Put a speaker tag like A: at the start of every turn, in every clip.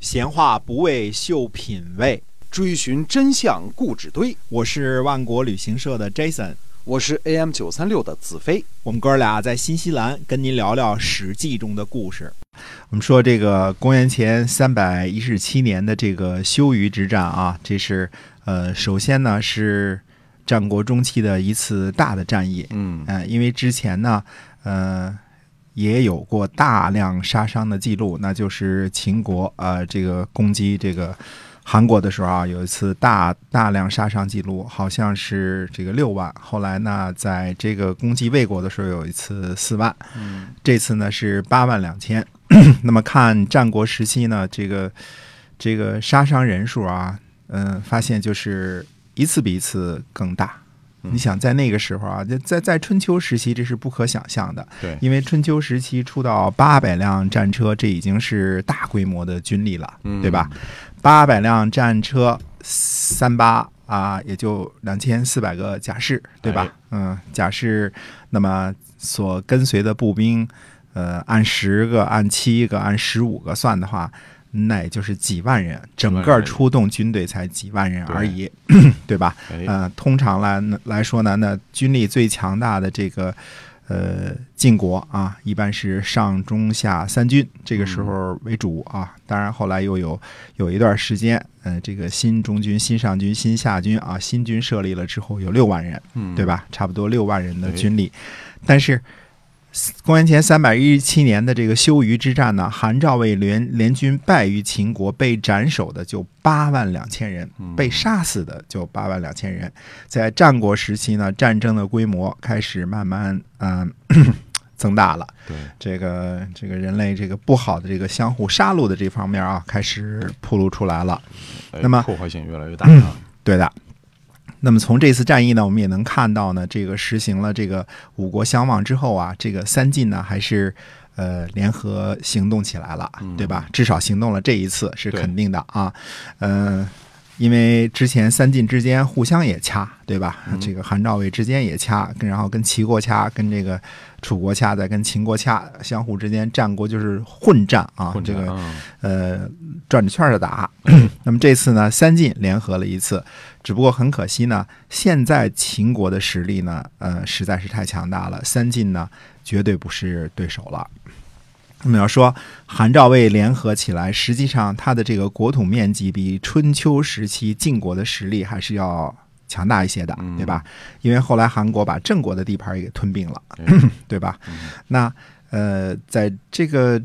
A: 闲话不为秀品味，
B: 追寻真相故纸堆。
A: 我是万国旅行社的 Jason，
B: 我是 AM 九三六的子飞。
A: 我们哥俩在新西兰跟您聊聊《史记》中的故事。我们说这个公元前三百一十七年的这个修鱼之战啊，这是呃，首先呢是战国中期的一次大的战役。
B: 嗯
A: 嗯、因为之前呢，呃，也有过大量杀伤的记录，那就是秦国呃这个攻击这个韩国的时候啊，有一次大大量杀伤记录，好像是这个六万。后来呢，在这个攻击魏国的时候，有一次四万，
B: 嗯
A: 这次呢是八万两千。 那么看战国时期呢，这个这个杀伤人数啊，嗯、发现就是一次比一次更大。
B: 嗯
A: 你想在那个时候啊，在在在春秋时期，这是不可想象的。
B: 对
A: 因为春秋时期出到八百辆战车，这已经是大规模的军力了，
B: 嗯
A: 对吧？八百辆战车，三八啊，也就两千四百个甲士，对吧？
B: 哎
A: 嗯，甲士，那么所跟随的步兵，呃，按十个、按七个、按十五个算的话，那也就是几万人，整
B: 几万
A: 个
B: 人
A: 出动军队才几万人而已， 对吧？
B: 哎，
A: 呃，通常来来说呢，那军力最强大的这个呃晋国啊，一般是上中下三军，这个时候为主啊。当然后来又有有一段时间，呃，这个新中军、新上军、新下军啊，新军设立了之后有六万人，
B: 嗯
A: 对？吧？差不多六万人的
B: 哎
A: 军力，但是。公元前三百一十七年的这个修鱼之战呢，韩赵魏联联军败于秦国，被斩首的就八万两千人，
B: 嗯
A: 被杀死的就八万两千人。在战国时期呢，战争的规模开始慢慢嗯、 增大了。
B: 对，
A: 这个这个人类这个不好的这个相互杀戮的这方面啊，开始暴露出来了。
B: 哎
A: 那么嗯
B: 破坏性越来越大啊。
A: 对的。那么从这次战役呢，我们也能看到呢，这个实行了这个五国相望之后啊，这个三晋呢还是呃联合行动起来了，对吧？至少行动了这一次是
B: 嗯对
A: 肯定的啊，嗯、因为之前三晋之间互相也掐，对吧？
B: 嗯
A: 这个韩赵魏之间也掐，跟然后跟齐国掐，跟这个楚国掐，再跟秦国掐，相互之间战国就是混战啊，
B: 混
A: 这
B: 战
A: 个
B: 啊
A: 呃转着圈儿的打。 那么这次呢，三晋联合了一次，只不过很可惜呢，现在秦国的实力呢，呃，实在是太强大了，三晋呢绝对不是对手了。那么要说韩赵魏联合起来，实际上它的这个国土面积比春秋时期晋国的实力还是要强大一些的，对吧？因为后来韩国把郑国的地盘也给吞并了，
B: 哎
A: 对吧？那呃，在这个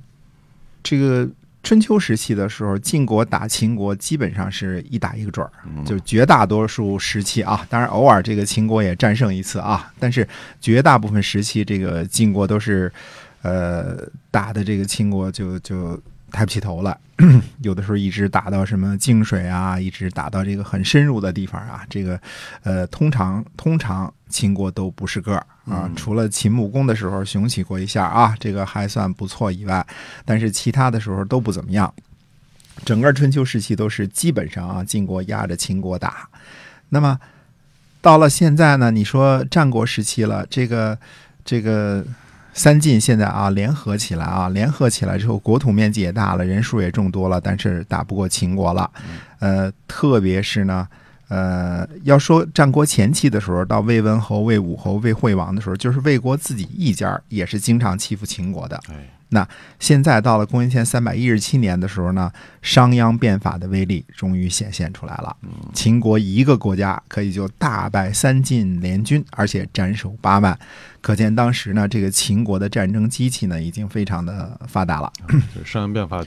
A: 这个春秋时期的时候，晋国打秦国基本上是一打一个准儿，就绝大多数时期啊，当然偶尔这个秦国也战胜一次啊，但是绝大部分时期这个晋国都是呃打的这个秦国就就。抬不起头来，有的时候一直打到什么泾水啊，一直打到这个很深入的地方啊。这个，呃，通常通常秦国都不是个儿啊，除了秦穆公的时候雄起过一下啊，这个还算不错以外，但是其他的时候都不怎么样。整个春秋时期都是基本上啊，晋国压着秦国打。那么到了现在呢，你说战国时期了，这个这个三晋现在啊联合起来啊，联合起来之后，国土面积也大了，人数也众多了，但是打不过秦国了。呃，特别是呢。呃，要说战国前期的时候，到魏文侯、魏武侯、魏惠王的时候，就是魏国自己一家儿也是经常欺负秦国的。
B: 哎，
A: 现在到了公元前三百一十七年的时候呢，商鞅变法的威力终于显现出来了。秦国一个国家可以就大败三晋联军，而且斩首八万，可见当时呢，这个秦国的战争机器呢已经非常的发达了。
B: 就是商鞅变法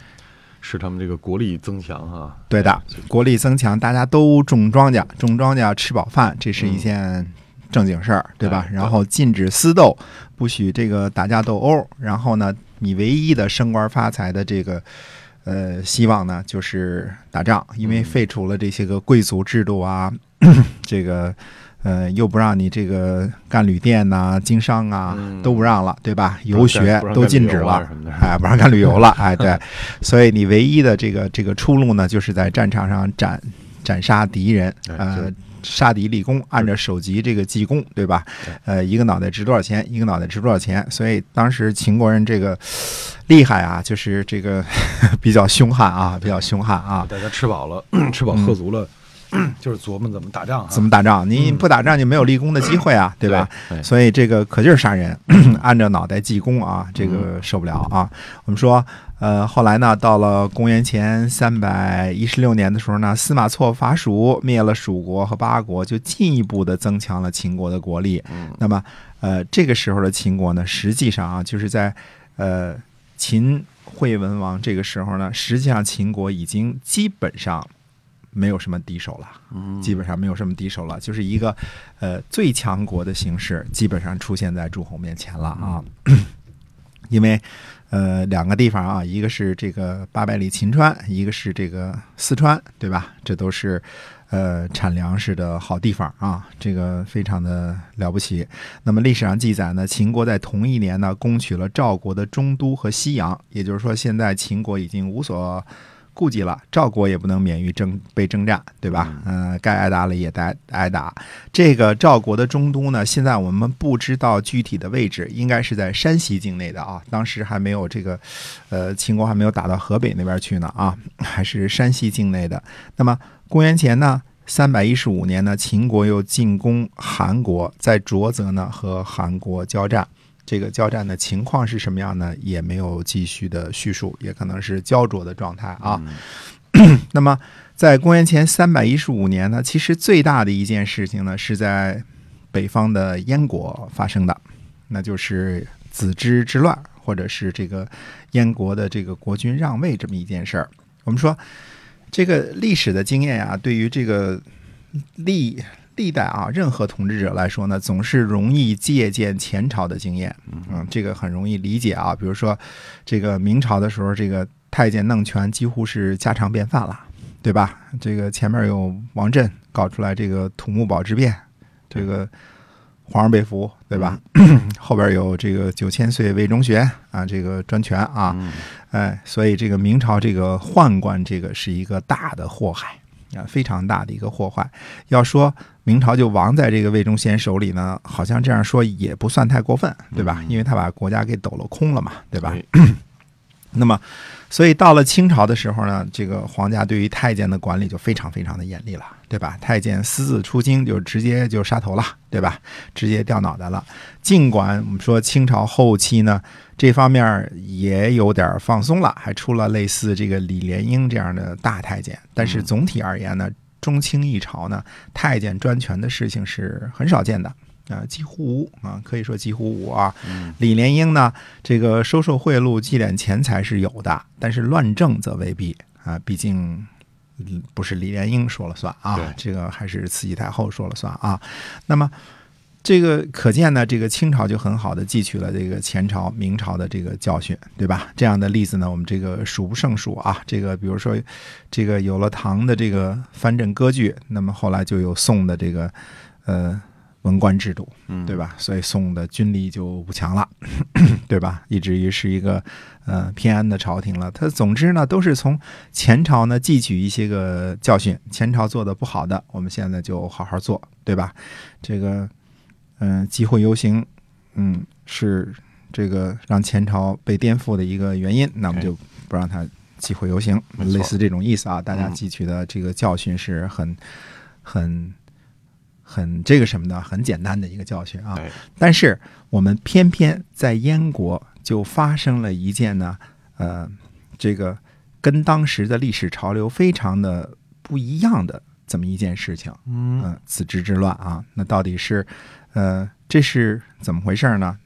B: 使他们这个国力增强啊。
A: 对的，国力增强，大家都种庄稼，种庄稼吃饱饭，这是一件正经事儿，对吧？
B: 嗯哎对
A: 然后禁止私斗，不许这个打架斗殴。然后呢，你唯一的升官发财的这个呃希望呢，就是打仗，因为
B: 嗯
A: 废除了这些个贵族制度啊， 这个呃又不让你这个干旅店呐、经商啊、
B: 嗯
A: 都不让了，对吧？
B: 不
A: 游
B: 让干
A: 学
B: 不让
A: 都
B: 干
A: 禁
B: 旅
A: 止
B: 游啊
A: 了。
B: 什么的。
A: 哎，不让干旅游了，哎， 对，所以你唯一的这个这个出路呢，就是在战场上斩斩杀敌人，
B: 哎
A: 呃
B: 就，
A: 杀敌立功，按照首级这个计功，对吧？呃，一个脑袋值多少钱？一个脑袋值多少钱？所以当时秦国人这个厉害啊，就是这个 比较凶悍啊，比较凶悍啊。
B: 大家吃饱了， 吃饱喝足了，就是琢磨怎么打仗啊。
A: 嗯
B: 嗯
A: 怎么打仗？你不打仗就没有立功的机会啊，对吧？
B: 对
A: 所以这个可劲儿杀人， 按照脑袋计功啊，这
B: 嗯
A: 个受不了啊。我们说，呃，后来呢，到了公元前三百一十六年的时候呢，司马错伐蜀，灭了蜀国和八国，就进一步的增强了秦国的国力。
B: 嗯
A: 那么，呃，这个时候的秦国呢，实际上啊，就是在呃秦惠文王这个时候呢，实际上秦国已经基本上没有什么敌手了。
B: 嗯
A: 基本上没有什么敌手了，就是一个呃最强国的形式，基本上出现在诸侯面前了啊。 因为呃两个地方啊，一个是这个八百里秦川，一个是这个四川，对吧？这都是呃产粮食的好地方啊，这个非常的了不起。那么历史上记载呢，秦国在同一年呢攻取了赵国的中都和西阳，也就是说，现在秦国已经无所顾忌了，赵国也不能免于征被征战，对吧？呃，该挨打了也得挨打。这个赵国的中都呢，现在我们不知道具体的位置，应该是在山西境内的啊。当时还没有这个，呃，秦国还没有打到河北那边去呢啊，还是山西境内的。那么公元前呢，三百一十五年呢，秦国又进攻韩国，在浊泽呢和韩国交战。这个交战的情况是什么样呢？也没有继续的叙述，也可能是焦灼的状态啊。 那么，在公元前三百一十五年呢，其实最大的一件事情呢，是在北方的燕国发生的，那就是子之之乱，或者是这个燕国的这个国君让位这么一件事儿。我们说，这个历史的经验啊，对于这个历历代啊任何统治者来说呢，总是容易借鉴前朝的经验。嗯，这个很容易理解啊。比如说，这个明朝的时候，这个太监弄权几乎是家常便饭了，对吧？这个前面有王振搞出来这个土木堡之变，这个皇上被俘，对吧？ 后边有这个九千岁魏忠贤啊，这个专权啊，哎，所以这个明朝这个宦官这个是一个大的祸害啊，非常大的一个祸害。要说明朝就亡在这个魏忠贤手里呢，好像这样说也不算太过分，对吧？因为他把国家给抖了空了嘛，对
B: 哎
A: 吧？那么，所以到了清朝的时候呢，这个皇家对于太监的管理就非常非常的严厉了，对吧？太监私自出京就直接就杀头了，对吧？直接掉脑袋了。尽管我们说清朝后期呢，这方面也有点放松了，还出了类似这个李莲英这样的大太监，但是总体而言呢，中清一朝呢，太监专权的事情是很少见的。啊、几乎无啊，可以说几乎无啊。李莲英呢，这个收受贿赂、积敛钱财是有的，但是乱政则未必啊，毕竟。嗯不是李莲英说了算啊
B: 对，
A: 这个还是慈禧太后说了算啊。那么，这个可见呢，这个清朝就很好的汲取了这个前朝、明朝的这个教训，对吧？这样的例子呢，我们这个数不胜数啊。这个比如说，这个有了唐的这个藩镇割据，那么后来就有宋的这个呃文官制度，
B: 嗯
A: 对吧？所以宋的军力就不强了， 对吧？以至于是一个呃偏安的朝廷了。它总之呢，都是从前朝呢汲取一些个教训，前朝做的不好的，我们现在就好好做，对吧？这个嗯、呃集会游行，嗯，是这个让前朝被颠覆的一个原因，那我们
B: 对
A: 就不让它集会游行，
B: 没错
A: 类似这种意思啊。大家
B: 嗯
A: 汲取的这个教训是很很。很这个什么的，很简单的一个教训啊。
B: 哎
A: 但是我们偏偏在燕国就发生了一件呢，呃，这个跟当时的历史潮流非常的不一样的这么一件事情。
B: 嗯
A: 呃嗯，子之之乱啊，那到底是，呃，这是怎么回事呢？